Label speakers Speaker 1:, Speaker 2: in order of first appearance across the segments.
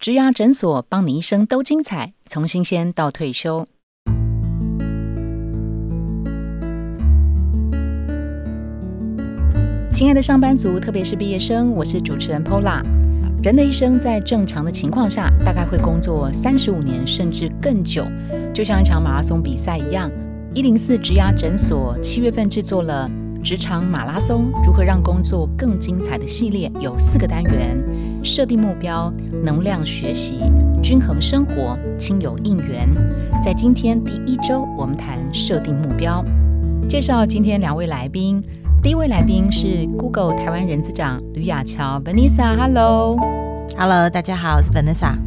Speaker 1: 植牙诊所帮你一生都精彩，从新鲜到退休。亲爱的上班族，特别是毕业生，我是主持人 Pola。人的一生在正常的情况下，大概会工作三十五年甚至更久，就像一场马拉松比赛一样。一零四植牙诊所七月份制作了《职场马拉松：如何让工作更精彩》的系列，有四个单元：设定目标、能量学习、均衡生活、亲友应援。在今天第一周，我们谈设定目标，介绍今天两位来宾。第一位来宾是 Google 台湾人资长吕雅乔 Vanessa，Hello。
Speaker 2: Hello，大家好，我是 Vanessa。
Speaker 3: 啊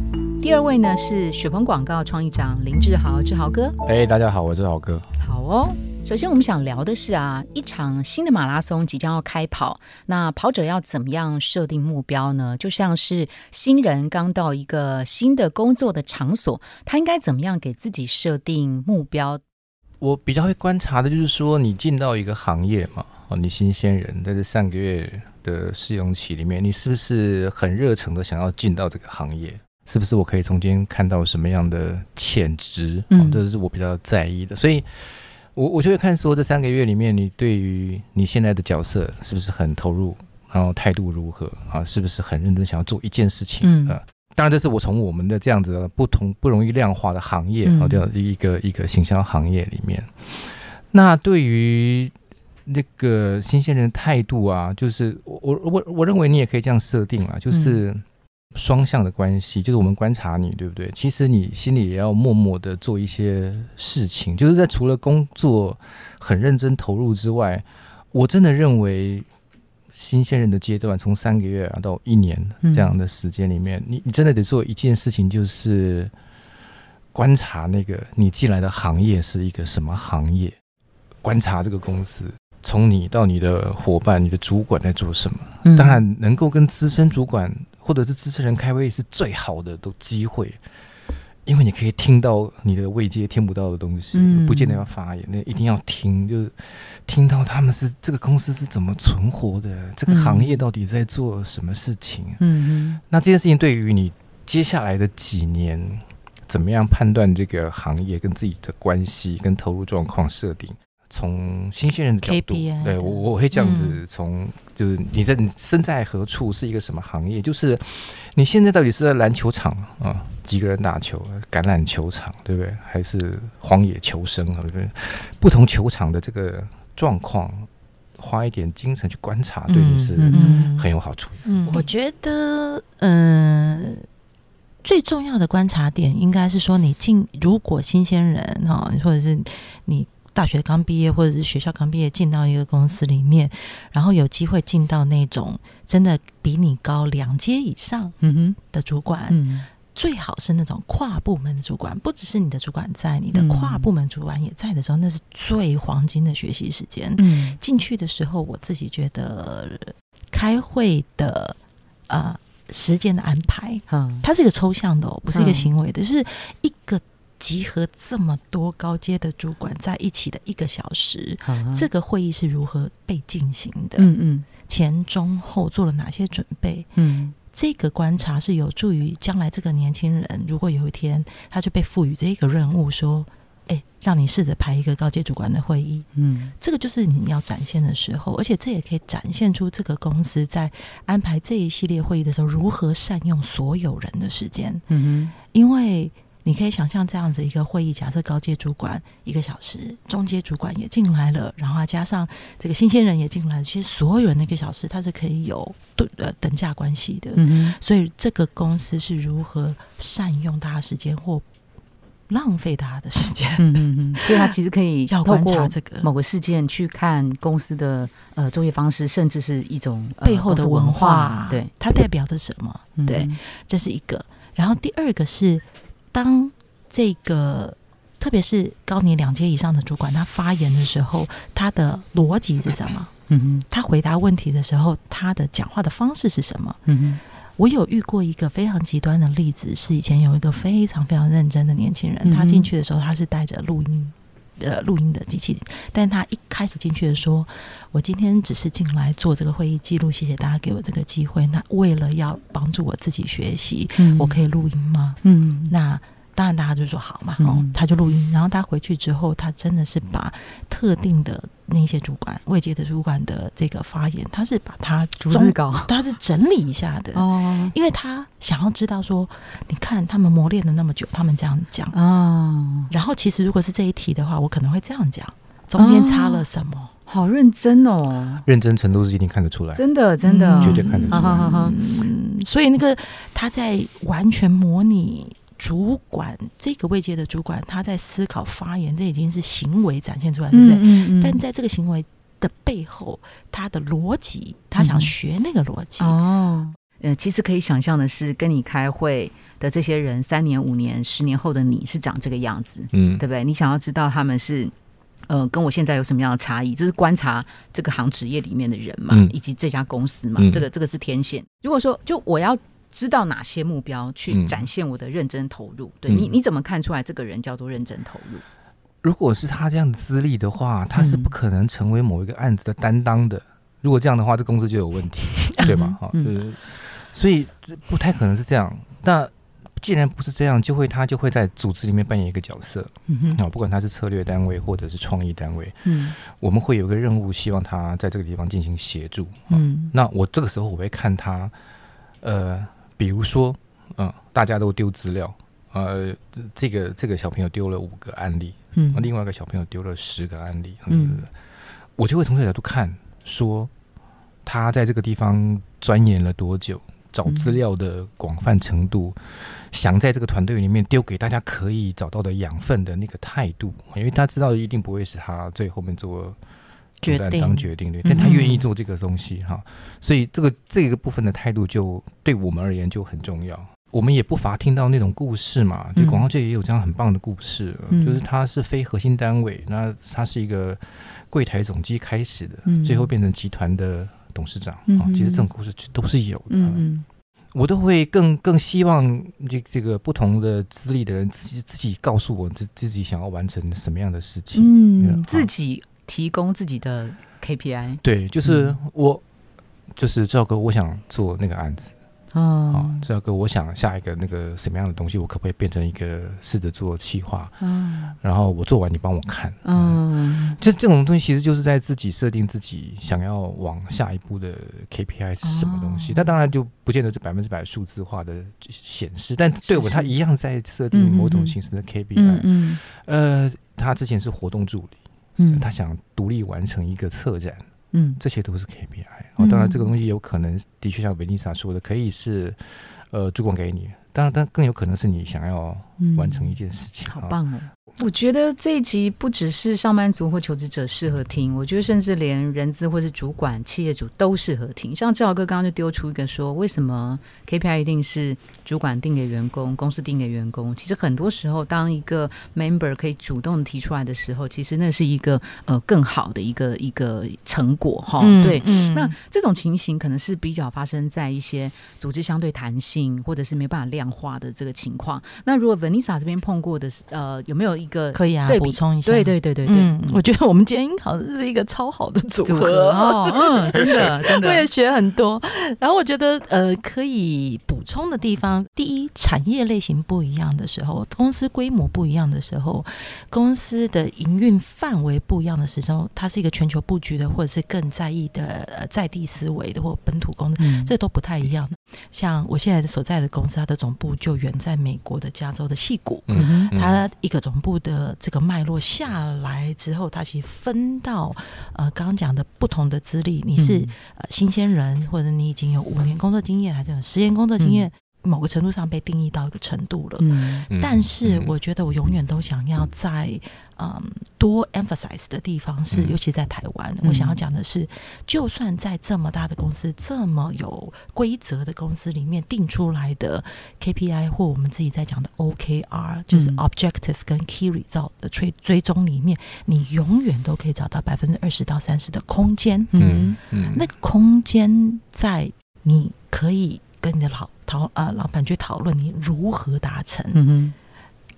Speaker 1: 第二位呢是雪鹏广告创意长林志豪，志豪哥。
Speaker 3: 哎、大家好，我是好哥。
Speaker 1: 好哦。首先，我们想聊的是啊，一场新的马拉松即将要开跑，那跑者要怎么样设定目标呢？就像是新人刚到一个新的工作的场所，他应该怎么样给自己设定目标？
Speaker 3: 我比较会观察的就是说，你进到一个行业嘛，哦，你新鲜人，在这三个月的试用期里面，你是不是很热诚的想要进到这个行业？是不是我可以从今天看到什么样的潜质？
Speaker 1: 嗯
Speaker 3: 哦，这是我比较在意的。所以我我就会看说，这三个月里面，你对于你现在的角色是不是很投入，然后态度如何啊？是不是很认真想要做一件事情？
Speaker 1: 嗯
Speaker 3: 啊当然，这是我从我们的这样子的不同不容易量化的行业，
Speaker 1: 嗯
Speaker 3: 好叫一个一个行销行业里面。那对于那个新鲜人态度啊，就是我我我我认为你也可以这样设定啦，就是双向的关系，就是我们观察你，对不对？其实你心里也要默默的做一些事情，就是在除了工作很认真投入之外，我真的认为新鲜人的阶段，从三个月啊到一年
Speaker 1: 嗯
Speaker 3: 这样的时间里面，你你真的得做一件事情，就是观察那个你进来的行业是一个什么行业，观察这个公司，从你到你的伙伴、你的主管在做什么。
Speaker 1: 嗯
Speaker 3: 当，然，能够跟资深主管或者是资深人开会是最好的都机会。因为你可以听到你的未接听不到的东西，
Speaker 1: 嗯
Speaker 3: 不见得要发言，那一定要听，就是听到他们是这个公司是怎么存活的，这个
Speaker 1: 嗯
Speaker 3: 行业到底在做什么事情。
Speaker 1: 嗯
Speaker 3: 那这件事情对于你接下来的几年，怎么样判断这个行业跟自己的关系跟投入状况设定？从新鲜人的角度嗯
Speaker 2: KPI
Speaker 3: 对
Speaker 2: 的
Speaker 3: 我我会这样子
Speaker 1: 嗯
Speaker 3: 从，就是你在你身在何处是一个什么行业？就是你现在到底是在篮球场啊、几个人打球，啊橄榄球场对不对？还是荒野求生啊？对不对？不同球场的这个状况，花一点精神去观察，对你是
Speaker 1: 嗯
Speaker 2: 嗯
Speaker 3: 很有好处的。
Speaker 2: 嗯，我觉得，嗯、最重要的观察点应该是说，你进如果新鲜人哈、或者是你大学刚毕业，或者是学校刚毕业进到一个公司里面，然后有机会进到那种真的比你高两阶以上
Speaker 1: 哼，嗯哼，
Speaker 2: 的主管，
Speaker 1: 嗯
Speaker 2: 最好是那种跨部门的主管，不只是你的主管在，你的
Speaker 1: 嗯
Speaker 2: 跨部门主管也在的时候，那是最黄金的学习时间。
Speaker 1: 嗯
Speaker 2: 进去的时候，我自己觉得呃开会的呃时间的安排，
Speaker 1: 好，
Speaker 2: 它是一个抽象的、哦，不是一
Speaker 1: 嗯
Speaker 2: 个行为的，就是一个集合这么多高阶的主管在一起的一个小时。
Speaker 1: 好啊，
Speaker 2: 这个会议是如何被进行的？
Speaker 1: 嗯嗯
Speaker 2: 前中后做了哪些准备？
Speaker 1: 嗯
Speaker 2: 这个观察是有助于将来这个年轻人，如果有一天他就被赋予这个任务，说：“哎，让你试着排一个高阶主管的会议。
Speaker 1: 嗯”
Speaker 2: 这个就是你要展现的时候，而且这也可以展现出这个公司在安排这一系列会议的时候，如何善用所有人的时间。
Speaker 1: 嗯
Speaker 2: 因为你可以想象这样子一个会议，假设高阶主管一个小时，中阶主管也进来了，然后加上这个新鲜人也进来了，其实所有人那个小时他是可以有对呃等价关系的。
Speaker 1: 哼嗯
Speaker 2: 所以这个公司是如何善用大家时间或浪费大家的时间，
Speaker 1: 嗯嗯嗯，所以他其实可以
Speaker 2: 要
Speaker 1: 透
Speaker 2: 观察
Speaker 1: 过
Speaker 2: 这个
Speaker 1: 某个事件去看公司的呃作业方式，甚至是一种、呃
Speaker 2: 背后的
Speaker 1: 公司文
Speaker 2: 文化，
Speaker 1: 对，
Speaker 2: 它代表的什么？
Speaker 1: 嗯
Speaker 2: 对，这是一个。然后第二个是，当这个特别是高你两阶以上的主管他发言的时候，他的逻辑是什么？
Speaker 1: 嗯
Speaker 2: 他回答问题的时候，他的讲话的方式是什么？
Speaker 1: 哼嗯
Speaker 2: 我有遇过一个非常极端的例子，是以前有一个非常非常认真的年轻人，
Speaker 1: 嗯哼
Speaker 2: 他进去的时候他是带着录音呃录音的机器，但他一开始进去的说，我今天只是进来做这个会议记录，谢谢大家给我这个机会。那为了要帮助我自己学习，
Speaker 1: 嗯
Speaker 2: 我可以录音吗？
Speaker 1: 嗯
Speaker 2: 那当然大家就说好嘛，哦
Speaker 1: 嗯，
Speaker 2: 他就录音，然后他回去之后，他真的是把特定的那些主管、未接的主管的这个发言，他是把它
Speaker 1: 逐
Speaker 2: 中
Speaker 1: 字稿
Speaker 2: 他是整理一下的，
Speaker 1: 哦
Speaker 2: 因为他想要知道说，你看他们磨练了那么久，他们这样讲，
Speaker 1: 啊，
Speaker 2: 然后其实如果是这一题的话，我可能会这样讲，中间差了什么？
Speaker 1: 好认真哦，
Speaker 3: 认真程度是一定看得出来。
Speaker 1: 真的真的
Speaker 2: 嗯
Speaker 3: 绝对看得出
Speaker 1: 哈
Speaker 3: 来
Speaker 1: 哈哈哈，
Speaker 2: 嗯所以那个他在完全模拟主管这个位阶的主管，他在思考发言，这已经是行为展现出来，对不对？
Speaker 1: 嗯
Speaker 2: 但在这个行为的背后，他的逻辑，他想学那个逻辑，
Speaker 1: 哦，呃，其实可以想象的是，跟你开会的这些人，三年、五年、十年后的你是长这个样子，
Speaker 3: 嗯，
Speaker 1: 对不对？你想要知道他们是。呃，跟我现在有什么样的差异？这是观察这个行职业里面的人嘛，
Speaker 3: 嗯
Speaker 1: 以及这家公司嘛，
Speaker 3: 嗯
Speaker 1: 这个这个是天线。如果说就我要知道哪些目标去
Speaker 3: 嗯
Speaker 1: 展现我的认真投入，对你
Speaker 3: 嗯
Speaker 1: 你怎么看出来这个人叫做认真投入？
Speaker 3: 如果是他这样的资历的话，他是
Speaker 1: 嗯
Speaker 3: 不可能成为某一个案子的担当的。如果这样的话，这公司就有问题，对吗？哈、
Speaker 1: 嗯
Speaker 3: 就是所以这不太可能是这样。那既然不是这样，就会他就会在组织里面扮演一个角色
Speaker 1: 嗯
Speaker 3: 啊、
Speaker 1: 哼，
Speaker 3: 不管他是策略单位或者是创意单位，
Speaker 1: 嗯
Speaker 3: 我们会有一个任务，希望他在这个地方进行协助。
Speaker 1: 嗯
Speaker 3: 那我这个时候我会看他，呃，比如说，嗯、大家都丢资料，呃，这这个这个小朋友丢了五个案例，
Speaker 1: 嗯
Speaker 3: 另外一个小朋友丢了十个案例，
Speaker 1: 嗯
Speaker 3: 嗯，我就会从这个角度看，说他在这个地方钻研了多久，找资料的广泛程度，想在这个团队里面丢给大家可以找到的养分的那个态度，因为他知道一定不会是他最后面做
Speaker 2: 决
Speaker 3: 主
Speaker 2: 定
Speaker 3: 当决定的，
Speaker 2: 嗯
Speaker 3: 但他愿意做这个东西哈，所以这个这个部分的态度就对我们而言就很重要。我们也不乏听到那种故事嘛，就
Speaker 1: 嗯
Speaker 3: 广告界也有这样很棒的故事，呃
Speaker 1: 嗯
Speaker 3: 就是它是非核心单位，那它是一个柜台总机开始的，
Speaker 1: 嗯
Speaker 3: 最后变成集团的董事长啊、
Speaker 1: 嗯哼
Speaker 3: 其实这种故事都是有的。
Speaker 1: 嗯嗯
Speaker 3: 我都会更更希望这这个不同的资历的人自己自己告诉我自自己想要完成什么样的事情。
Speaker 1: 嗯，
Speaker 3: 嗯
Speaker 1: 自己提供自己的 KPI
Speaker 3: 对，就是
Speaker 1: 嗯
Speaker 3: 我，就是赵哥，我想做那个案子啊
Speaker 1: 哦，，
Speaker 3: 赵哥，我想下一个那个什么样的东西，我可不可以变成一个试着做企划，
Speaker 1: 嗯
Speaker 3: 然后我做完你帮我看，嗯，
Speaker 1: 嗯
Speaker 3: 就这种东西其实就是在自己设定自己想要往下一步的 KPI 是什么东西，
Speaker 1: 哦
Speaker 3: 那、当然就不见得是百分之百数字化的显示，但对我
Speaker 1: 是
Speaker 3: 他一样在设定
Speaker 1: 嗯嗯
Speaker 3: 某种
Speaker 1: 嗯
Speaker 3: 形式的 KPI，、
Speaker 1: 嗯
Speaker 3: 呃，他之前是活动助理，
Speaker 1: 嗯，
Speaker 3: 他想独立完成一个策展。
Speaker 1: 嗯
Speaker 3: 这些都是 KPI 哦
Speaker 1: 嗯。
Speaker 3: 当然，这个东西有可能的确像维妮莎说的，可以是呃主管给你，当然，但更有可能是你想要
Speaker 1: 嗯
Speaker 3: 完成一件事情。
Speaker 1: 好
Speaker 3: 啊，
Speaker 1: 棒哦！我觉得这一集不只是上班族或求职者适合听，我觉得甚至连人资或是主管、企业主都适合听。像志豪哥刚刚就丢出一个说，为什么 KPI 一定是主管定给员工，公司定给员工？其实很多时候，当一个 member 可以主动提出来的时候，其实那是一个呃更好的一个一个成果哈。
Speaker 2: 嗯
Speaker 1: 对，
Speaker 2: 嗯
Speaker 1: 那这种情形可能是比较发生在一些组织相对弹性或者是没办法量化的这个情况。那如果 Vanessa 这边碰过的是，呃，有没有一个？
Speaker 2: 可以啊，
Speaker 1: 对比
Speaker 2: 补充一下，
Speaker 1: 对对对对对，
Speaker 2: 嗯，我觉得我们今天好像是一个超好的组
Speaker 1: 组合 哦，嗯，真的真
Speaker 2: 我
Speaker 1: 的
Speaker 2: 也，学很多，然后我觉得呃，可以补充的地方，第一，产业类型不一样的时候，公司规模不一样的时候，公司的营运范围不一样的时候，它是一个全球布局的，或者是更在意的呃在地思维的或本土公司，
Speaker 1: 嗯
Speaker 2: 这都不太一样。像我现在所在的公司，它的总部就远在美国的加州的戏谷，
Speaker 1: 嗯
Speaker 3: 嗯
Speaker 2: 它一个总部的这个脉络下来之后，它其实分到呃刚刚讲的不同的资历，你是、
Speaker 1: 嗯
Speaker 2: 呃新鲜人，或者你已经有五年工作经验，还是有十年工作经验，某个程度上被定义到一个程度了。
Speaker 1: 嗯
Speaker 3: 嗯
Speaker 2: 但是
Speaker 3: 嗯
Speaker 2: 我觉得我永远都想要在嗯多 emphasize 的地方是，
Speaker 3: 嗯
Speaker 2: 尤其在台湾，
Speaker 1: 嗯
Speaker 2: 我想要讲的是，就算在这么大的公司、这么有规则的公司里面定出来的 KPI 或我们自己在讲的 OKR，就是
Speaker 1: 嗯
Speaker 2: objective 跟 key result 的追追踪里面，你永远都可以找到百分之二十到三十的空间。
Speaker 1: 嗯
Speaker 3: 嗯
Speaker 2: 那个空间在你可以跟你的老讨呃老板去讨论你如何达成、
Speaker 1: 嗯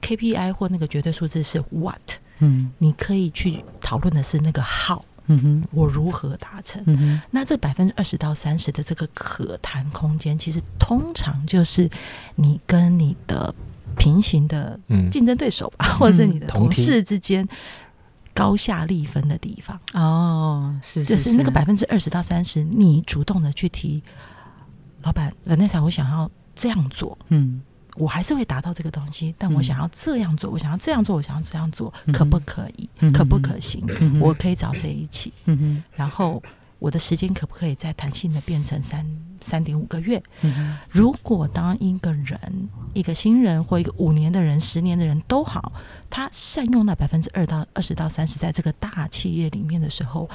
Speaker 2: KPI 或那个绝对数字是 what，
Speaker 1: 嗯
Speaker 2: 你可以去讨论的是那个好，
Speaker 1: 嗯哼，
Speaker 2: 我如何达成。
Speaker 1: 嗯哼，
Speaker 2: 那这百分之二十到三十的这个可谈空间，其实通常就是你跟你的平行的
Speaker 3: 嗯，
Speaker 2: 竞争对手吧，或者是你的
Speaker 3: 同
Speaker 2: 同
Speaker 3: 梯
Speaker 2: 事之间高下立分的地方，
Speaker 1: 哦，是
Speaker 2: 嗯就是是那个百分之二十到三十，你主动的去提，老板，呃，那啥，我想要这样做，
Speaker 1: 嗯
Speaker 2: 我还是会达到这个东西，但我
Speaker 1: 嗯
Speaker 2: 想要这样做，我想要这样做，我想要这样做，
Speaker 1: 嗯哼
Speaker 2: 可不可以？
Speaker 1: 嗯哼
Speaker 2: 可不可行？
Speaker 1: 嗯哼
Speaker 2: 我可以找谁一起？
Speaker 1: 嗯哼
Speaker 2: 然后我的时间可不可以再弹性的变成三三点五个月？
Speaker 1: 嗯哼
Speaker 2: 如果当一个人，一个新人或一个五年的人、十年的人都好，他善用那百分之二到二十到三十，在这个大企业里面的时候，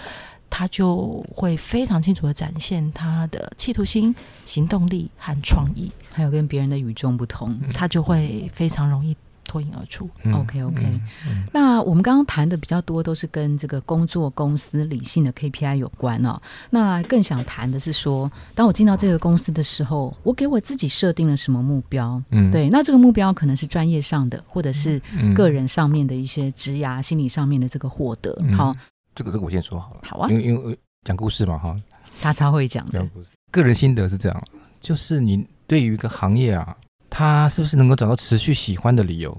Speaker 2: 他就会非常清楚的展现他的企图心、行动力和创意，
Speaker 1: 还有跟别人的与众不同。
Speaker 2: 他就会非常容易脱颖而出。
Speaker 3: 嗯
Speaker 1: OK OK，、
Speaker 3: 嗯
Speaker 1: 那我们刚刚谈的比较多都是跟这个工作公司理性的 KPI 有关哦。那更想谈的是说，当我进到这个公司的时候，我给我自己设定了什么目标？
Speaker 3: 嗯，
Speaker 1: 对，那这个目标可能是专业上的，或者是
Speaker 3: 嗯
Speaker 1: 个人上面的一些职涯、心理上面的这个获得。
Speaker 3: 嗯
Speaker 1: 好，
Speaker 3: 这个这个我先说好了，
Speaker 1: 好啊
Speaker 3: 因，为因为呃讲故事嘛哈，
Speaker 1: 他超会讲的
Speaker 3: 讲。故事。个人心得是这样，就是你对于一个行业啊，它是不是能够找到持续喜欢的理由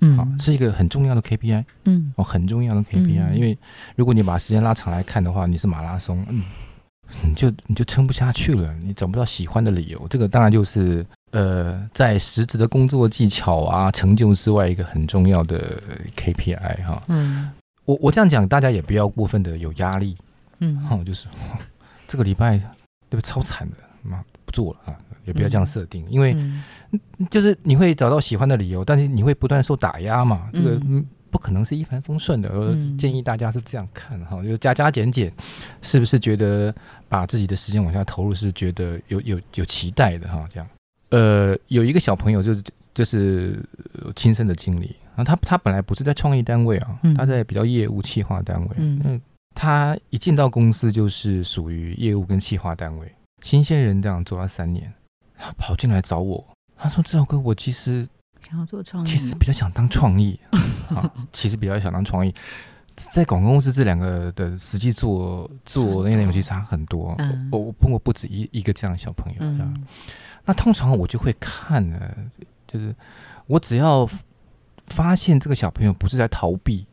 Speaker 3: 啊，
Speaker 1: 嗯
Speaker 3: 是一个很重要的 KPI
Speaker 1: 嗯
Speaker 3: 哦，很重要的 KPI、
Speaker 1: 嗯
Speaker 3: 因为如果你把时间拉长来看的话，你是马拉松，嗯，你就你就撑不下去了，你找不到喜欢的理由。这个当然就是呃，在实质的工作技巧啊、成就之外，一个很重要的 KPI 哈、
Speaker 1: 嗯
Speaker 3: 我我这样讲，大家也不要过分的有压力。
Speaker 1: 嗯，
Speaker 3: 哈、就是哇这个礼拜对不对超惨的，妈不做了啊，也不要这样设定，因为
Speaker 1: 嗯
Speaker 3: 就是你会找到喜欢的理由，但是你会不断受打压嘛，这个
Speaker 1: 嗯
Speaker 3: 嗯不可能是一帆风顺的。我
Speaker 1: 嗯
Speaker 3: 建议大家是这样看哈、就加加减减，是不是觉得把自己的时间往下投入是觉得有有有期待的哈、这样，呃，有一个小朋友就是就是呃亲身的经历，然后他他本来不是在创意单位啊
Speaker 1: 嗯，
Speaker 3: 他在比较业务企划单位，
Speaker 1: 嗯
Speaker 3: 嗯，他一进到公司就是属于业务跟企划单位，新鲜人这样做了三年，他跑进来找我，他说：“志豪哥，我其实
Speaker 1: 想要做创意，
Speaker 3: 其实比较想当创 意啊，其实比较想当创意，在广告公司这两个的实际做做
Speaker 1: 差
Speaker 3: 那
Speaker 1: 很多
Speaker 3: 东西差很多。
Speaker 1: 嗯
Speaker 3: 我我碰过不止一一个这样的小朋友，这样
Speaker 1: 嗯
Speaker 3: 那通常我就会看呢，就是我只要发现这个小朋友不是在逃避，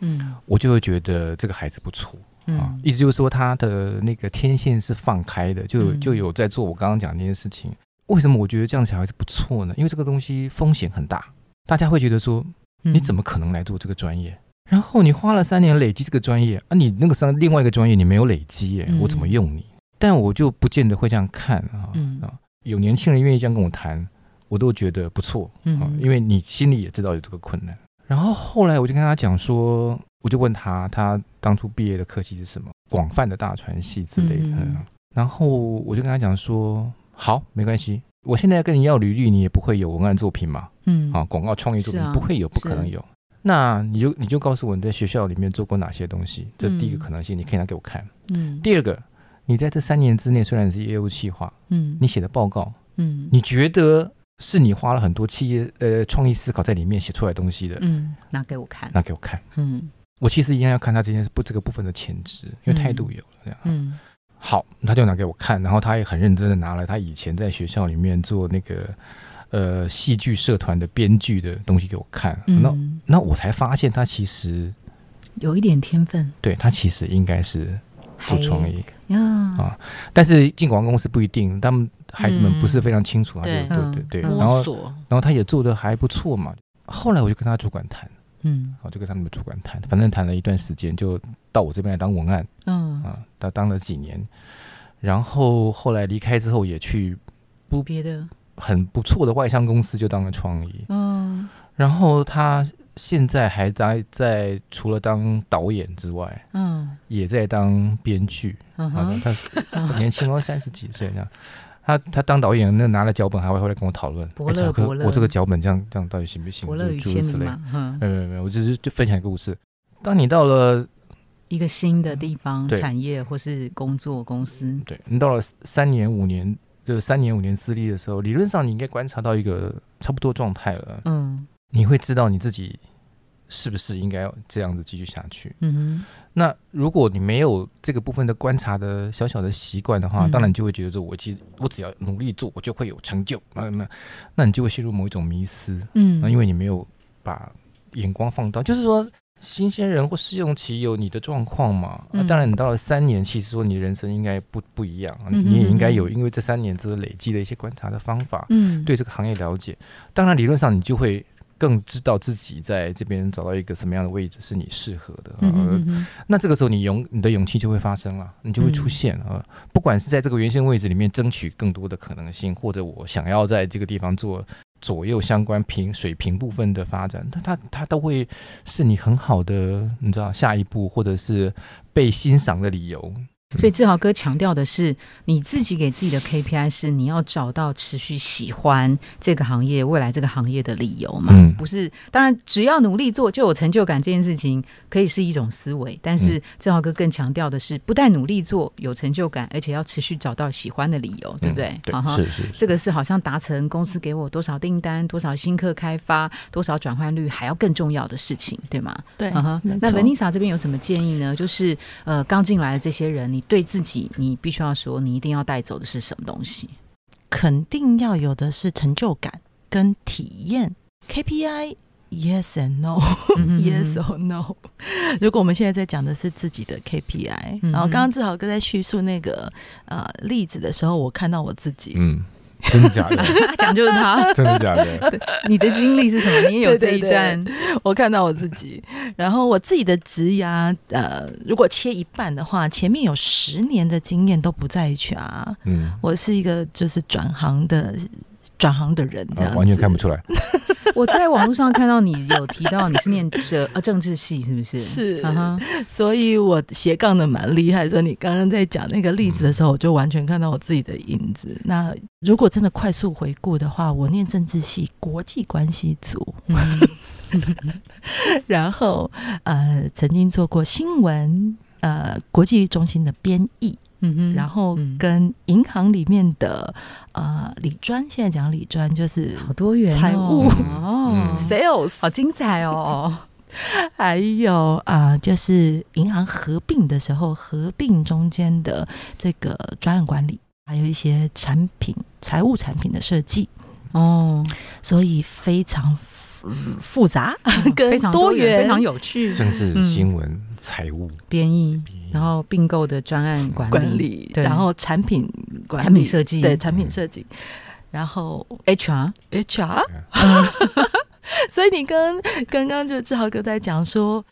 Speaker 1: 嗯
Speaker 3: 我就会觉得这个孩子不错。”啊，
Speaker 1: 嗯
Speaker 3: 意思就是说他的那个天线是放开的，就有
Speaker 1: 嗯
Speaker 3: 就有在做我刚刚讲的那件事情。为什么我觉得这样的小孩子不错呢？因为这个东西风险很大，大家会觉得说
Speaker 1: 嗯
Speaker 3: 你怎么可能来做这个专业？然后你花了三年累积这个专业啊，你那个上另外一个专业你没有累积耶，
Speaker 1: 嗯
Speaker 3: 我怎么用你？但我就不见得会这样看啊。
Speaker 1: 嗯
Speaker 3: 啊，有年轻人愿意这样跟我谈，我都觉得不错啊
Speaker 1: 嗯，
Speaker 3: 因为你心里也知道有这个困难。然后后来我就跟他讲说，我就问他，他当初毕业的科系是什么？广泛的大传系之类的。
Speaker 1: 嗯
Speaker 3: 嗯然后我就跟他讲说，好，没关系，我现在跟你要履历，你也不会有文案作品嘛。
Speaker 1: 嗯
Speaker 3: 啊，广告创意作
Speaker 1: 是
Speaker 3: 品
Speaker 1: 啊
Speaker 3: 不会有，不可能
Speaker 1: 是
Speaker 3: 有。那你就你就告诉我你在学校里面做过哪些东西，这是第一个
Speaker 1: 嗯
Speaker 3: 可能性，你可以拿给我看。
Speaker 1: 嗯
Speaker 3: 第二个，你在这三年之内，虽然你是业务企划，
Speaker 1: 嗯
Speaker 3: 你写的报告，
Speaker 1: 嗯
Speaker 3: 你觉得是你花了很多企业呃创意思考在里面写出来的东西的，
Speaker 1: 嗯拿给我看
Speaker 3: 拿给我看。
Speaker 1: 嗯
Speaker 3: 我其实一样要看他这件事不这个部分的潜质，因为态度有了这样。
Speaker 1: 嗯
Speaker 3: 好，他就拿给我看，然后他也很认真的拿了他以前在学校里面做那个呃戏剧社团的编剧的东西给我看。那
Speaker 1: 嗯
Speaker 3: 那我才发现他其实
Speaker 1: 有一点天分
Speaker 3: 对他其实应该是做创意，
Speaker 1: 呀
Speaker 3: 啊但是进广告公司不一定，他们孩子们不是非常清楚，他就
Speaker 2: 对
Speaker 3: 啊对
Speaker 1: 嗯
Speaker 3: 对对，
Speaker 1: 嗯
Speaker 3: 然后
Speaker 2: 摸
Speaker 3: 然
Speaker 2: 索，
Speaker 3: 后他也做的还不错嘛。后来我就跟他主管谈，
Speaker 1: 嗯
Speaker 3: 我就跟他们的主管谈，反正谈了一段时间，就到我这边来当文案
Speaker 1: 嗯
Speaker 3: 啊，他当了几年，然后后来离开之后也去
Speaker 1: 别的
Speaker 3: 很不错的外商公司就当了创意，
Speaker 1: 嗯
Speaker 3: 然后他现在还在在除了当导演之外，
Speaker 1: 嗯
Speaker 3: 也在当编剧
Speaker 1: 嗯
Speaker 3: 啊
Speaker 1: 哼，
Speaker 3: 他他年轻哦，三十几岁这样。他他当导演，那拿了脚本还会回来跟我讨论。
Speaker 1: 伯乐
Speaker 3: 哎小哥
Speaker 1: 伯乐
Speaker 3: 我这个脚本这样这样到底行不行？
Speaker 1: 伯乐与
Speaker 3: 诸如
Speaker 1: 千
Speaker 3: 此
Speaker 1: 里
Speaker 3: 类。呃
Speaker 1: 嘛嗯
Speaker 3: 没有没有没有，我只是就分享一个故事。当你到了
Speaker 1: 一个新的地方、
Speaker 3: 对
Speaker 1: 产业或是工作公司，
Speaker 3: 对你到了三年五年，就是三年五年资历的时候，理论上你应该观察到一个差不多状态了。
Speaker 1: 嗯
Speaker 3: 你会知道你自己是不是应该这样子继续下去？
Speaker 1: 嗯
Speaker 3: 那如果你没有这个部分的观察的小小的习惯的话，
Speaker 1: 嗯
Speaker 3: 当然你就会觉得说，我其实我只要努力做，我就会有成就。那那那你就会陷入某一种迷思，
Speaker 1: 哼嗯
Speaker 3: 那因为你没有把眼光放到，就是说新鲜人或试用期有你的状况嘛。那、
Speaker 1: 嗯
Speaker 3: 当然，你到了三年，其实说你人生应该不不一样，啊
Speaker 1: 嗯
Speaker 3: 你也应该
Speaker 1: 嗯嗯
Speaker 3: 有因为这三年之后累积的一些观察的方法，
Speaker 1: 嗯
Speaker 3: 对这个行业了解。当然，理论上你就会。更知道自己在这边找到一个什么样的位置是你适合的，
Speaker 1: 嗯
Speaker 3: 呃
Speaker 1: 哼嗯哼
Speaker 3: 那这个时候你勇你的勇气就会发生了，你就会出现啊、不管是在这个原先位置里面争取更多的可能性，或者我想要在这个地方做左右相关平水平部分的发展，它它它都会是你很好的，你知道下一步或者是被欣赏的理由。
Speaker 1: 所以志豪哥强调的是，你自己给自己的 KPI 是你要找到持续喜欢这个行业、未来这个行业的理由嘛？
Speaker 3: 嗯
Speaker 1: 不是，当然只要努力做就有成就感这件事情，可以是一种思维。但
Speaker 2: 嗯
Speaker 1: 是志豪哥更强调的是，不但努力做有成就感，而且要持续找到喜欢的理由，对不
Speaker 2: 嗯
Speaker 1: 对？
Speaker 3: 嗯对
Speaker 1: 好，哈
Speaker 3: 是是是，
Speaker 1: 这个是好像达成公司给我多少订单、多少新客开发、多少转换率，还要更重要的事情，对吗？
Speaker 2: 对
Speaker 1: 嗯哼，那
Speaker 2: 文
Speaker 1: Vanessa 这边有什么建议呢？就是呃，刚进来的这些人，你对自己，你必须要说，你一定要带走的是什么东西？
Speaker 2: 肯定要有的是成就感跟体验 KPI。Yes and no,
Speaker 1: 嗯哼
Speaker 2: yes or no。如果我们现在在讲的是自己的 KPI，、
Speaker 1: 嗯哼
Speaker 2: 然后刚刚志豪哥在叙述那个呃例子的时候，我看到我自己，
Speaker 3: 嗯，真 的假的？
Speaker 1: 他讲就是他，
Speaker 3: 真的假的？
Speaker 1: 你的经历是什么？你也有这
Speaker 2: 对
Speaker 1: 一
Speaker 2: 对对
Speaker 1: 段，
Speaker 2: 我看到我自己，然后我自己的职涯，呃，如果切一半的话，前面有十年的经验都不在啊 HR，
Speaker 3: 嗯。
Speaker 2: 我是一个就是转行的转行的人，这样
Speaker 3: 啊，
Speaker 2: 子、
Speaker 3: 完全看不出来，
Speaker 1: 嗯我在网络上看到你有提到你是 念哲呃政治系，是不是？
Speaker 2: 是
Speaker 1: 嗯哼
Speaker 2: 所以我斜杠的蛮厉害。所以你刚刚在讲那个例子的时候，我就完全看到我自己的影子。那如果真的快速回顾的话，我念政治系国际关系组，
Speaker 1: 嗯
Speaker 2: 然后呃曾经做过新闻呃国际中心的编译，
Speaker 1: 嗯哼，
Speaker 2: 然后
Speaker 1: 嗯
Speaker 2: 跟银行里面的呃理专，现在讲理专就是
Speaker 1: 好多元哦
Speaker 2: 财务
Speaker 1: 哦，
Speaker 3: 嗯
Speaker 2: sales，
Speaker 1: 好精彩 哦！
Speaker 2: 还有啊、就是银行合并的时候，合并中间的这个专案管理，还有一些产品、财务产品的设计，
Speaker 1: 哦，
Speaker 2: 所以非常复复杂，跟
Speaker 1: 非常
Speaker 2: 多元
Speaker 1: 非常有趣，
Speaker 3: 政治
Speaker 1: 嗯
Speaker 3: 新闻、财务，
Speaker 1: 编译，
Speaker 3: 比
Speaker 1: 然后并购的专案管理，
Speaker 2: 管理，
Speaker 1: 对
Speaker 2: 然后产品管理、
Speaker 1: 产品嗯设计
Speaker 2: 对产品设计，然后
Speaker 1: HR，
Speaker 2: HR，所以你刚刚刚就志豪哥在讲说，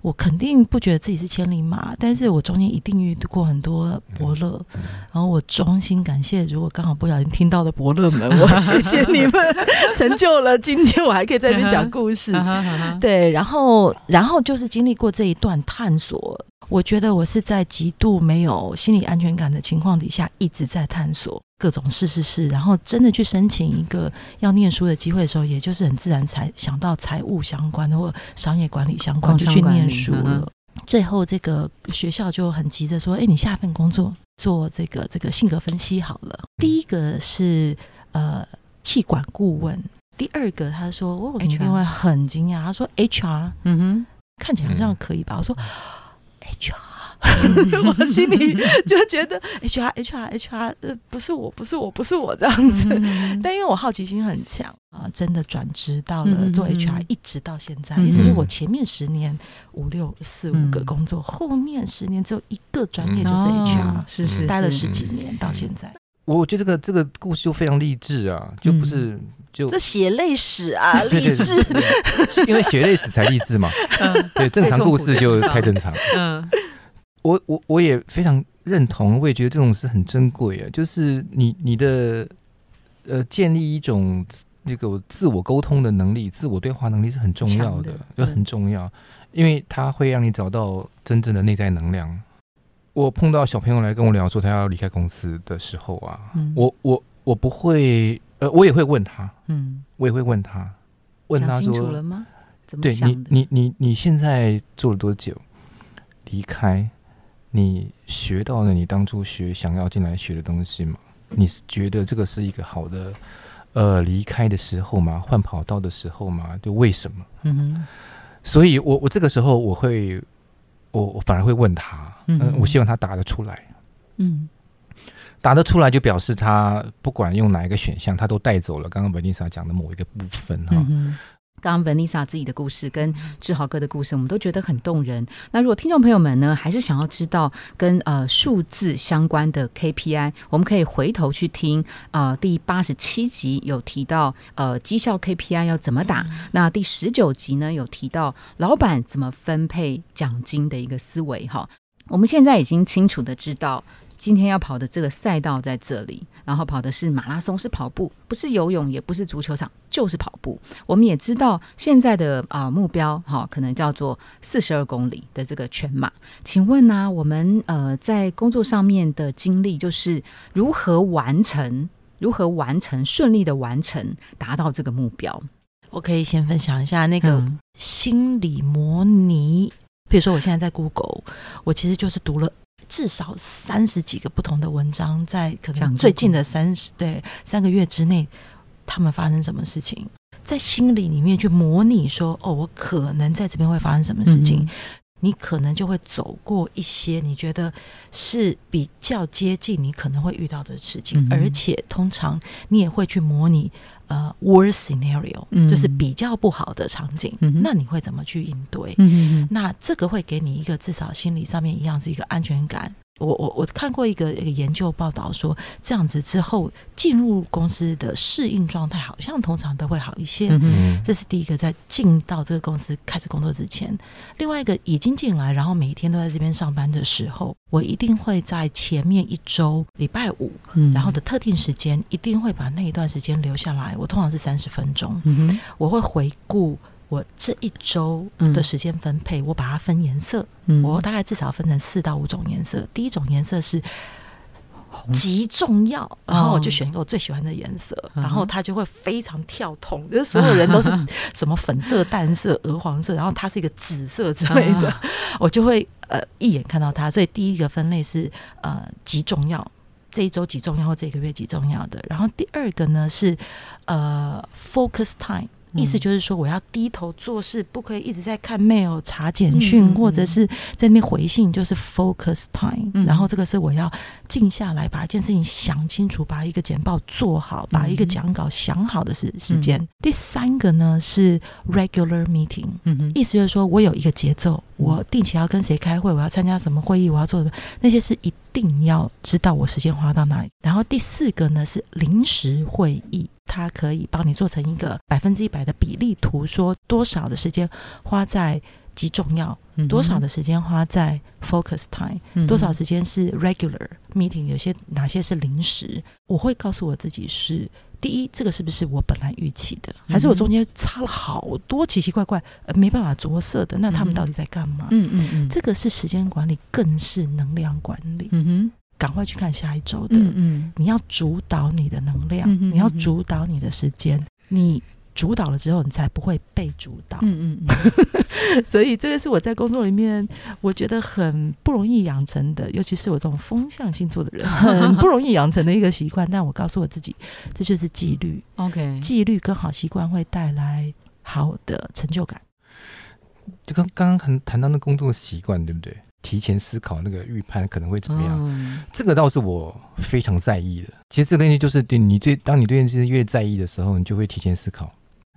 Speaker 2: 我肯定不觉得自己是千里马，但是我中间一定遇过很多伯乐，
Speaker 3: 嗯
Speaker 2: 然后我衷心感谢，如果刚好不小心听到的伯乐们，我谢谢你们，成就了今天我还可以在这边讲故事。
Speaker 1: 啊哈啊哈
Speaker 2: 对，然后然后就是经历过这一段探索，我觉得我是在极度没有心理安全感的情况底下，一直在探索各种是是是，然后真的去申请一个要念书的机会的时候，也就是很自然才想到财务相关的或商业管理相关，
Speaker 1: 工
Speaker 2: 就
Speaker 1: 商
Speaker 2: 去
Speaker 1: 管
Speaker 2: 念
Speaker 1: 理
Speaker 2: 书
Speaker 1: 嗯
Speaker 2: 了。
Speaker 1: 哼
Speaker 2: 最后这个学校就很急着说：“哎，你下一份工作做这个这个性格分析好了。”第一个是呃气管顾问。第二个，他说：“哦，你一
Speaker 1: HR
Speaker 2: 定会很惊讶。”他说：“HR
Speaker 1: 嗯 哼。
Speaker 2: 看起来好像可以吧？我说
Speaker 1: 嗯
Speaker 2: HR，我 心里就觉得 HR HR HR，呃，不是我，不是我，不是我这样子。
Speaker 1: 嗯
Speaker 2: 但因为我好奇心很强啊、真的转职到
Speaker 1: 嗯
Speaker 2: 了
Speaker 1: 嗯
Speaker 2: 做
Speaker 1: 嗯
Speaker 2: HR，一直到现在，
Speaker 1: 嗯
Speaker 2: 意思是
Speaker 3: 嗯
Speaker 2: 我前面十年五六四
Speaker 1: 嗯
Speaker 2: 五个工作，后面十年只有一个专业
Speaker 3: 嗯
Speaker 2: 就是 HR，
Speaker 1: 哦、是是
Speaker 2: 待了
Speaker 1: 是
Speaker 2: 十几年到现在，
Speaker 3: 我觉得这个这个故事就非常励志啊，就不是
Speaker 1: 嗯
Speaker 3: 就
Speaker 2: 这血泪史啊，
Speaker 3: 对
Speaker 2: 励
Speaker 3: 对
Speaker 2: 志。
Speaker 3: 对对因为血泪史才励志嘛。
Speaker 1: 嗯
Speaker 3: 对，正常故事
Speaker 1: 最痛苦的地
Speaker 3: 就
Speaker 1: 方
Speaker 3: 太正常。
Speaker 1: 嗯
Speaker 3: 我我我也非常认同，我也觉得这种是很珍贵啊，就是你你的呃建立一种这个自我沟通的能力、自我对话能力是很重要的
Speaker 1: 强，
Speaker 3: 就很重要，因为它会让你找到真正的内在能量。我碰到小朋友来跟我聊说他要离开公司的时候啊，
Speaker 1: 嗯
Speaker 3: 我我我不会，呃，我也会问他，
Speaker 1: 嗯，
Speaker 3: 我也会问他，问他
Speaker 1: 想清楚
Speaker 3: 说，
Speaker 1: 了吗？怎么
Speaker 3: 对
Speaker 1: 想
Speaker 3: 你
Speaker 1: 的？
Speaker 3: 你你你现在做了多久？离开，你学到了你当初学想要进来学的东西吗？你是觉得这个是一个好的，呃，离开的时候吗？换跑道的时候吗？就为什么？
Speaker 1: 嗯哼
Speaker 3: 所以我我这个时候我会，我我反而会问他，
Speaker 1: 嗯
Speaker 3: 嗯，我希望他答得出来，
Speaker 1: 嗯
Speaker 3: 答得出来就表示他不管用哪一个选项，他都带走了刚刚 Vanessa 讲的某一个部分哈。
Speaker 1: 嗯哼。刚刚 Vanessa 自己的故事跟志豪哥的故事，我们都觉得很动人。那如果听众朋友们呢，还是想要知道跟呃数字相关的 KPI，我们可以回头去听呃第八十七集有提到呃绩效 KPI 要怎么打，那第十九集呢有提到老板怎么分配奖金的一个思维哈。我们现在已经清楚的知道。今天要跑的这个赛道在这里，然后跑的是马拉松，是跑步，不是游泳，也不是足球场，就是跑步。我们也知道现在的啊、呃目标哈、可能叫做四十二公里的这个全马。请问呢、我们呃在工作上面的经历就是如何完成，如何完成顺利的完成，达到这个目标？
Speaker 2: 我可以先分享一下那
Speaker 1: 嗯
Speaker 2: 个心理模拟。比如说，我现在在 Google，我其实就是读了至少三十几个不同的文章，在可
Speaker 1: 讲
Speaker 2: 能最近的三十对三个月之内，他们发生什么事情，在心理里面去模拟说，哦，我可能在这边会发生什么事情，
Speaker 1: 嗯
Speaker 2: 你可能就会走过一些你觉得是比较接近你可能会遇到的事情，
Speaker 1: 嗯哼
Speaker 2: 而且通常你也会去模拟呃 worst scenario，、
Speaker 1: 嗯
Speaker 2: 就是比较不好的场景，
Speaker 1: 嗯哼
Speaker 2: 那你会怎么去应对？
Speaker 1: 嗯嗯
Speaker 2: 那这个会给你一个至少心理上面一样是一个安全感。我我我看过一个一个研究报道说，这样子之后进入公司的适应状态，好像通常都会好一些。
Speaker 1: 嗯嗯
Speaker 3: 嗯，
Speaker 2: 这是第一个，在进到这个公司开始工作之前，另外一个已经进来，然后每一天都在这边上班的时候，我一定会在前面一周礼拜五，
Speaker 1: 嗯
Speaker 2: 然后的特定时间，一定会把那一段时间留下来。我通常是三十分钟，
Speaker 1: 嗯哼
Speaker 2: 我会回顾我这一周的时间分配，我把它分颜色，
Speaker 1: 嗯
Speaker 2: 我大概至少分成四到五种颜色。第一种颜色是
Speaker 1: 红哦
Speaker 2: 极重要，然后我就选一个我最喜欢的颜色，
Speaker 1: 嗯
Speaker 2: 然后它就会非常跳痛，就是所有人 都是什么粉色、淡色、鹅黄色，然后它是一个紫色之类的， 我就会呃一眼看到它。所以第一个分类是呃极重要。这一周极重要，或这个月极重要的。然后第二个呢是，呃，focus time，意
Speaker 1: 嗯
Speaker 2: 思就是说我要低头做事，不可以一直在看 mail、查简讯，
Speaker 1: 嗯嗯嗯
Speaker 2: 或者是在那边回信，就是 focus time、
Speaker 1: 嗯
Speaker 2: 然后这个是我要静下来，把一件事情想清楚，把一个简报做好，把
Speaker 1: 嗯
Speaker 2: 一个讲稿想好的时时间。第三个呢是 regular meeting，
Speaker 1: 嗯哼
Speaker 2: 意思就是说我有一个节奏，我定期要跟谁开会，我要参加什么会议，我要做什么，那些是一定要知道我时间花到哪里。然后第四个呢是临时会议，它可以帮你做成一个百分之一百的比例图，说多少的时间花在极重要，
Speaker 1: 嗯哼
Speaker 2: 多少的时间花在 focus time，
Speaker 1: 嗯哼
Speaker 2: 多少时间是 regular meeting，有些哪些是临时，我会告诉我自己是。第一，这个是不是我本来预期的，还是
Speaker 1: 嗯
Speaker 2: 我
Speaker 1: 哼
Speaker 2: 中间插了好多奇奇怪怪、呃、没办法着色的？那他
Speaker 1: 嗯
Speaker 2: 们
Speaker 1: 哼
Speaker 2: 到底在干嘛？
Speaker 1: 嗯嗯嗯
Speaker 2: 这个是时间管理，更是能量管理。
Speaker 1: 嗯哼
Speaker 2: 赶快去看下一周的，
Speaker 1: 嗯嗯
Speaker 2: 你要主导你的能量，
Speaker 1: 嗯哼
Speaker 2: 你要
Speaker 1: 嗯哼
Speaker 2: 主导你的时间，你主导了之后，你才不会被主导。
Speaker 1: 嗯嗯
Speaker 2: 所以这个是我在工作里面我觉得很不容易养成的，尤其是我这种风象星座的人，很不容易养成的一个习惯。但我告诉我自己，这就是纪律，
Speaker 1: ，OK，
Speaker 2: 纪律跟好习惯会带来好的成就感。
Speaker 3: 就刚刚刚谈谈到那工作习惯，对不对？提前思考那个预判可能会怎么样，
Speaker 1: 嗯
Speaker 3: 这个倒是我非常在意的。其实这个东西就是对你对，当你对这件事越在意的时候，你就会提前思考，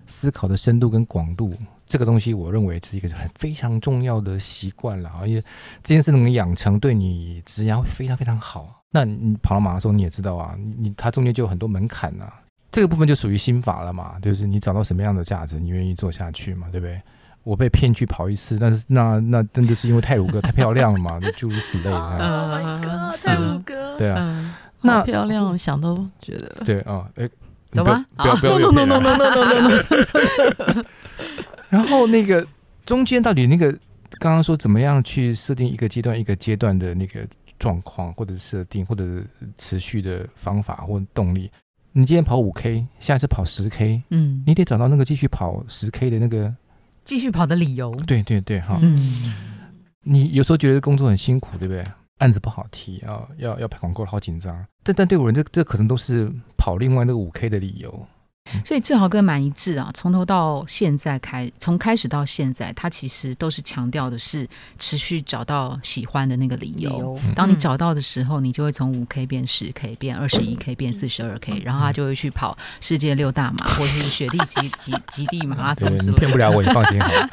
Speaker 3: 思考的深度跟广度，这个东西我认为是一个很非常重要的习惯了。而且这件事能养成，对你职涯会非常非常好。那你跑到马拉松，你也知道啊，你你它中间就有很多门槛啊。这个部分就属于心法了嘛，就是你找到什么样的价值，你愿意做下去嘛，对不对？我被骗去跑一次，但是那那真的是因为泰鲁哥太漂亮了嘛，就诸如此类 的。
Speaker 1: 嗯
Speaker 2: Oh my
Speaker 1: 是
Speaker 2: 泰鲁哥，
Speaker 3: 对啊，
Speaker 1: 嗯
Speaker 2: 好
Speaker 3: 那
Speaker 2: 漂亮，我想都觉得。
Speaker 3: 对啊，哎、
Speaker 1: 走吧
Speaker 3: 你不要
Speaker 1: 哦
Speaker 3: 不要
Speaker 2: no
Speaker 3: 不要有
Speaker 2: no
Speaker 3: 骗
Speaker 2: no
Speaker 3: 啊
Speaker 2: no no no no no，
Speaker 3: 然后那个中间到底那个刚刚说怎么样去设定一个阶段一个阶段的那个状况，或者是设定，或者是持续的方法或动力。你今天跑五 K，下次跑十 K，
Speaker 1: 嗯，
Speaker 3: 你得找到那个继续跑十 K 的那个。
Speaker 1: 继续跑的理由，
Speaker 3: 对对对，哈、
Speaker 1: 嗯
Speaker 3: 你有时候觉得工作很辛苦，对不对？案子不好提啊，要要拍广告好紧张。但但对我人这这可能都是跑另外那个五 K 的理由。
Speaker 1: 所以志豪跟满一致啊，从头到现在开，从开始到现在，他其实都是强调的是持续找到喜欢的那个理由。当
Speaker 2: 嗯
Speaker 1: 你找到的时候，你就会从五 K 变十 K，变二十一 K，变四十二 K，然后他就会去跑世界六大 马，或者是雪地极极极地马拉松
Speaker 3: 对
Speaker 1: 之
Speaker 3: 你
Speaker 1: 类
Speaker 3: 骗
Speaker 1: 的。
Speaker 3: 不了我，你放心好 了。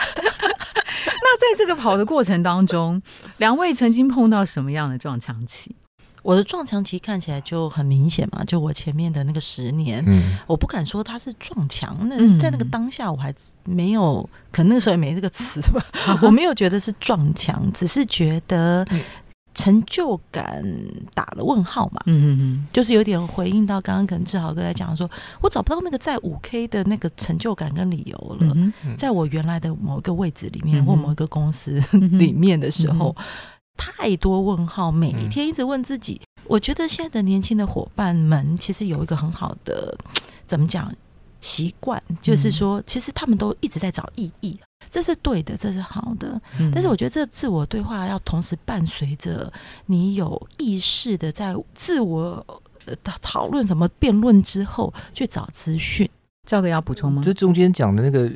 Speaker 1: 那在这个跑的过程当中，两位曾经碰到什么样的撞墙期？
Speaker 2: 我的撞墙期看起来就很明显嘛，就我前面的那个十年，
Speaker 3: 嗯，
Speaker 2: 我不敢说它是撞墙，那
Speaker 1: 嗯
Speaker 2: 在那个当下我还没有，可能那个时候也没这个词吧，我没有觉得是撞墙，只是觉得成就感打了问号嘛。
Speaker 1: 嗯嗯
Speaker 2: 就是有点回应到刚刚跟志豪哥在讲说，我找不到那个在五 K 的那个成就感跟理由了。
Speaker 1: 嗯嗯
Speaker 2: 在我原来的某一个位置里
Speaker 1: 嗯
Speaker 2: 面，
Speaker 1: 哼
Speaker 2: 或某一个公司
Speaker 1: 嗯哼
Speaker 2: 里面的时候，太多问号，每一
Speaker 3: 嗯
Speaker 2: 天一直问自己。我觉得现在的年轻的伙伴们，其实有一个很好的怎么讲习惯，就是
Speaker 1: 嗯
Speaker 2: 说，其实他们都一直在找意义，这是对的，这是好的。
Speaker 1: 嗯
Speaker 2: 但是我觉得这自我对话要同时伴随着你有意识的在自我呃讨论什么辩论之后去找资讯。
Speaker 1: 赵哥要补充吗？
Speaker 3: 这中间讲的那个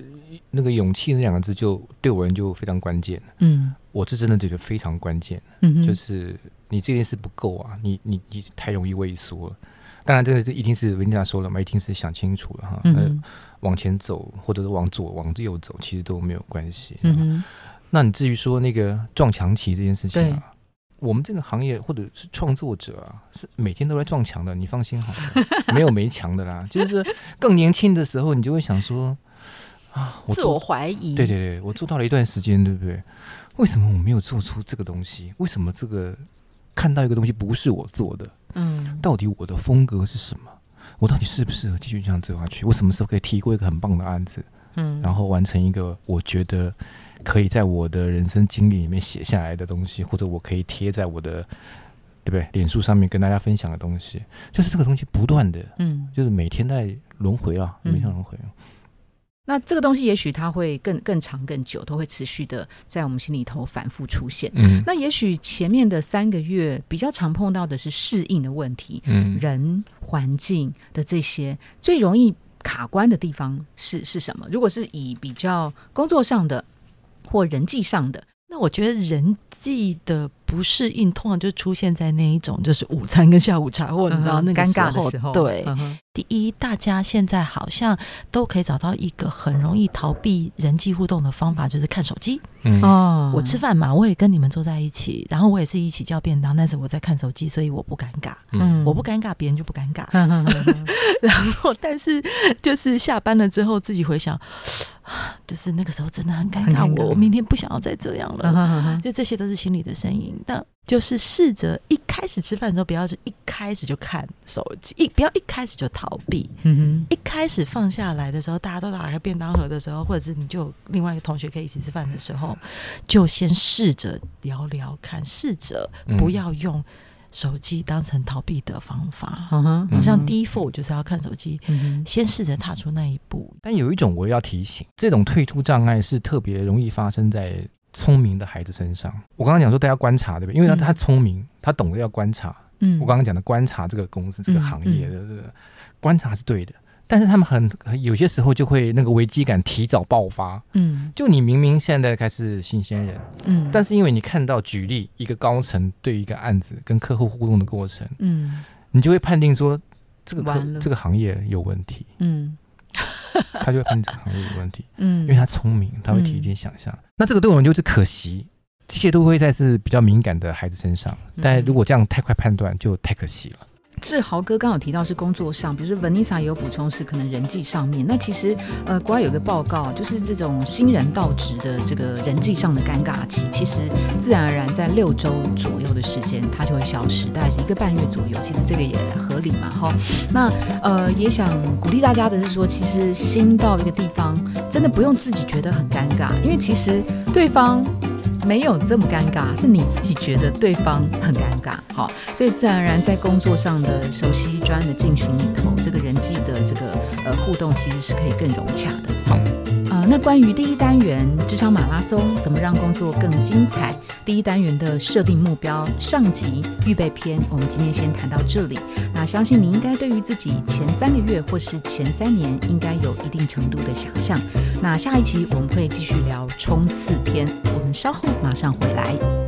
Speaker 3: 那个勇气那两个字就，对我人就非常关键。
Speaker 1: 嗯
Speaker 3: 我是真的觉得非常关键，
Speaker 1: 嗯哼，
Speaker 3: 就是你这件事不够啊，你你你太容易畏缩了。当然，这个是一定是人家说了嘛，一定是想清楚了哈。
Speaker 1: 嗯
Speaker 3: 呃
Speaker 1: 哼
Speaker 3: 往前走，或者是往左、往右走，其实都没有关系。
Speaker 1: 嗯哼
Speaker 3: 那你至于说那个撞墙期这件事情
Speaker 1: 对
Speaker 3: 啊，我们这个行业或者是创作者啊，是每天都在撞墙的，你放心好了， 没有没墙的啦。就是更年轻的时候，你就会想说啊，我
Speaker 2: 自
Speaker 3: 做
Speaker 2: 我怀疑，
Speaker 3: 对对对，我做到了一段时间，对不对？为什么我没有做出这个东西？为什么这个看到一个东西不是我做的？
Speaker 1: 嗯
Speaker 3: 到底我的风格是什么？我到底适不适合继续这样走下去？我什么时候可以提过一个很棒的案子？
Speaker 1: 嗯，
Speaker 3: 然后完成一个我觉得可以在我的人生经历里面写下来的东西，或者我可以贴在我的对不对脸书上面跟大家分享的东西，就是这个东西不断的，
Speaker 1: 嗯，
Speaker 3: 就是每天在轮回啊，
Speaker 1: 嗯
Speaker 3: 每天轮回。
Speaker 1: 那这个东西也许它会更更长更久，都会持续的在我们心里头反复出现。
Speaker 3: 嗯
Speaker 1: 那也许前面的三个月比较常碰到的是适应的问题，
Speaker 3: 嗯
Speaker 1: 人、环境的这些最容易卡关的地方是是什么？如果是以比较工作上的或人际上的，
Speaker 2: 那我觉得人际的不适应，通常就出现在那一种，就是午餐跟下午茶，或你知道
Speaker 1: 嗯
Speaker 2: 那个
Speaker 1: 尴尬的时候，
Speaker 2: 对，
Speaker 1: 嗯哼
Speaker 2: 第一，大家现在好像都可以找到一个很容易逃避人际互动的方法，就是看手机。
Speaker 3: 嗯
Speaker 1: 哦，
Speaker 2: 我吃饭嘛，我也跟你们坐在一起，然后我也是一起叫便当，但是我在看手机，所以我不尴尬。
Speaker 3: 嗯
Speaker 2: 我不尴尬，别人就不尴尬。
Speaker 1: 嗯哼哼哼
Speaker 2: 然后，但是就是下班了之后，自己回想， 啊就是那个时候真的很尴
Speaker 1: 很
Speaker 2: 尬
Speaker 1: 尴，尬
Speaker 2: 我我明天不想要再这样了。
Speaker 1: 嗯哼哼哼
Speaker 2: 就这些都是心里的声音。但就是试着一开始吃饭的时候，不要是一开始就看手机，一不要一开始就逃避。
Speaker 1: 嗯哼
Speaker 2: 一开始放下来的时候，大家都打开便当盒的时候，或者是你就有另外一个同学可以一起吃饭的时候，就先试着聊聊看，试着
Speaker 3: 嗯
Speaker 2: 不要用手机当成逃避的方法。
Speaker 1: 嗯哼，
Speaker 2: 好像
Speaker 1: 一，
Speaker 2: 第一步我就是要看手机，
Speaker 1: 嗯哼
Speaker 2: 先试着踏出那一步。
Speaker 3: 但有一种我要提醒，这种退出障碍是特别容易发生在聪明的孩子身上。我刚刚讲说大家观察，对不对？因为他
Speaker 1: 嗯
Speaker 3: 他聪明，他懂得要观察，
Speaker 1: 嗯，
Speaker 3: 我刚刚讲的观察这个公司、这个行业
Speaker 1: 嗯
Speaker 3: 的、观察是对的，但是他们很很有些时候就会那个危机感提早爆发。
Speaker 1: 嗯
Speaker 3: 就你明明现在开始新鲜人，
Speaker 1: 嗯，
Speaker 3: 但是因为你看到举例一个高层对一个案子跟客户互动的过程，
Speaker 1: 嗯
Speaker 3: 你就会判定说这个客
Speaker 1: 完了
Speaker 3: 这个行业有问 题，
Speaker 1: 嗯
Speaker 3: 他就会判定这个行业有问题，
Speaker 1: 嗯，
Speaker 3: 因为他聪明，他会提前想象。那这个对我们就是可惜。这些都会在是比较敏感的孩子身上，但
Speaker 1: 嗯
Speaker 3: 如果这样太快判断，就太可惜了。
Speaker 1: 志豪哥刚好提到是工作上，比如说 Vanessa 也有补充是可能人际上面。那其实呃，国外有个报告，就是这种新人到职的这个人际上的尴尬期，其实自然而然在六周左右的时间，它就会消失，大概是一个半月左右。其实这个也合理嘛，哈。那呃，也想鼓励大家的是说，其实新到一个地方，真的不用自己觉得很尴尬，因为其实对方没有这么尴尬，是你自己觉得对方很尴尬，好，所以自然而然在工作上的熟悉专案的进行里头，这个人际的这个呃互动其实是可以更融洽的，好。呃，那关于第一单元职场马拉松怎么让工作更精彩，第一单元的设定目标上集预备篇，我们今天先谈到这里。那相信你应该对于自己前三个月或是前三年应该有一定程度的想象。那下一集我们会继续聊冲刺篇，我们稍后马上回来。